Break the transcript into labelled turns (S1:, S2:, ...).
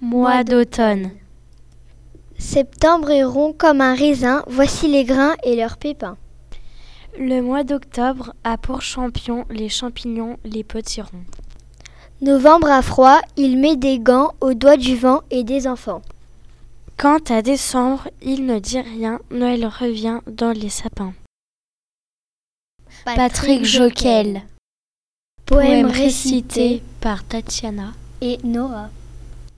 S1: Mois d'automne.
S2: Septembre est rond comme un raisin, voici les grains et leurs pépins.
S3: Le mois d'octobre a pour champion les champignons, les potirons.
S2: Novembre a froid, il met des gants aux doigts du vent et des enfants.
S3: Quant à décembre, il ne dit rien, Noël revient dans les sapins.
S1: Patrick Joquel. Poème
S2: Poème récité
S1: récité par Tatiana.
S2: et Nora.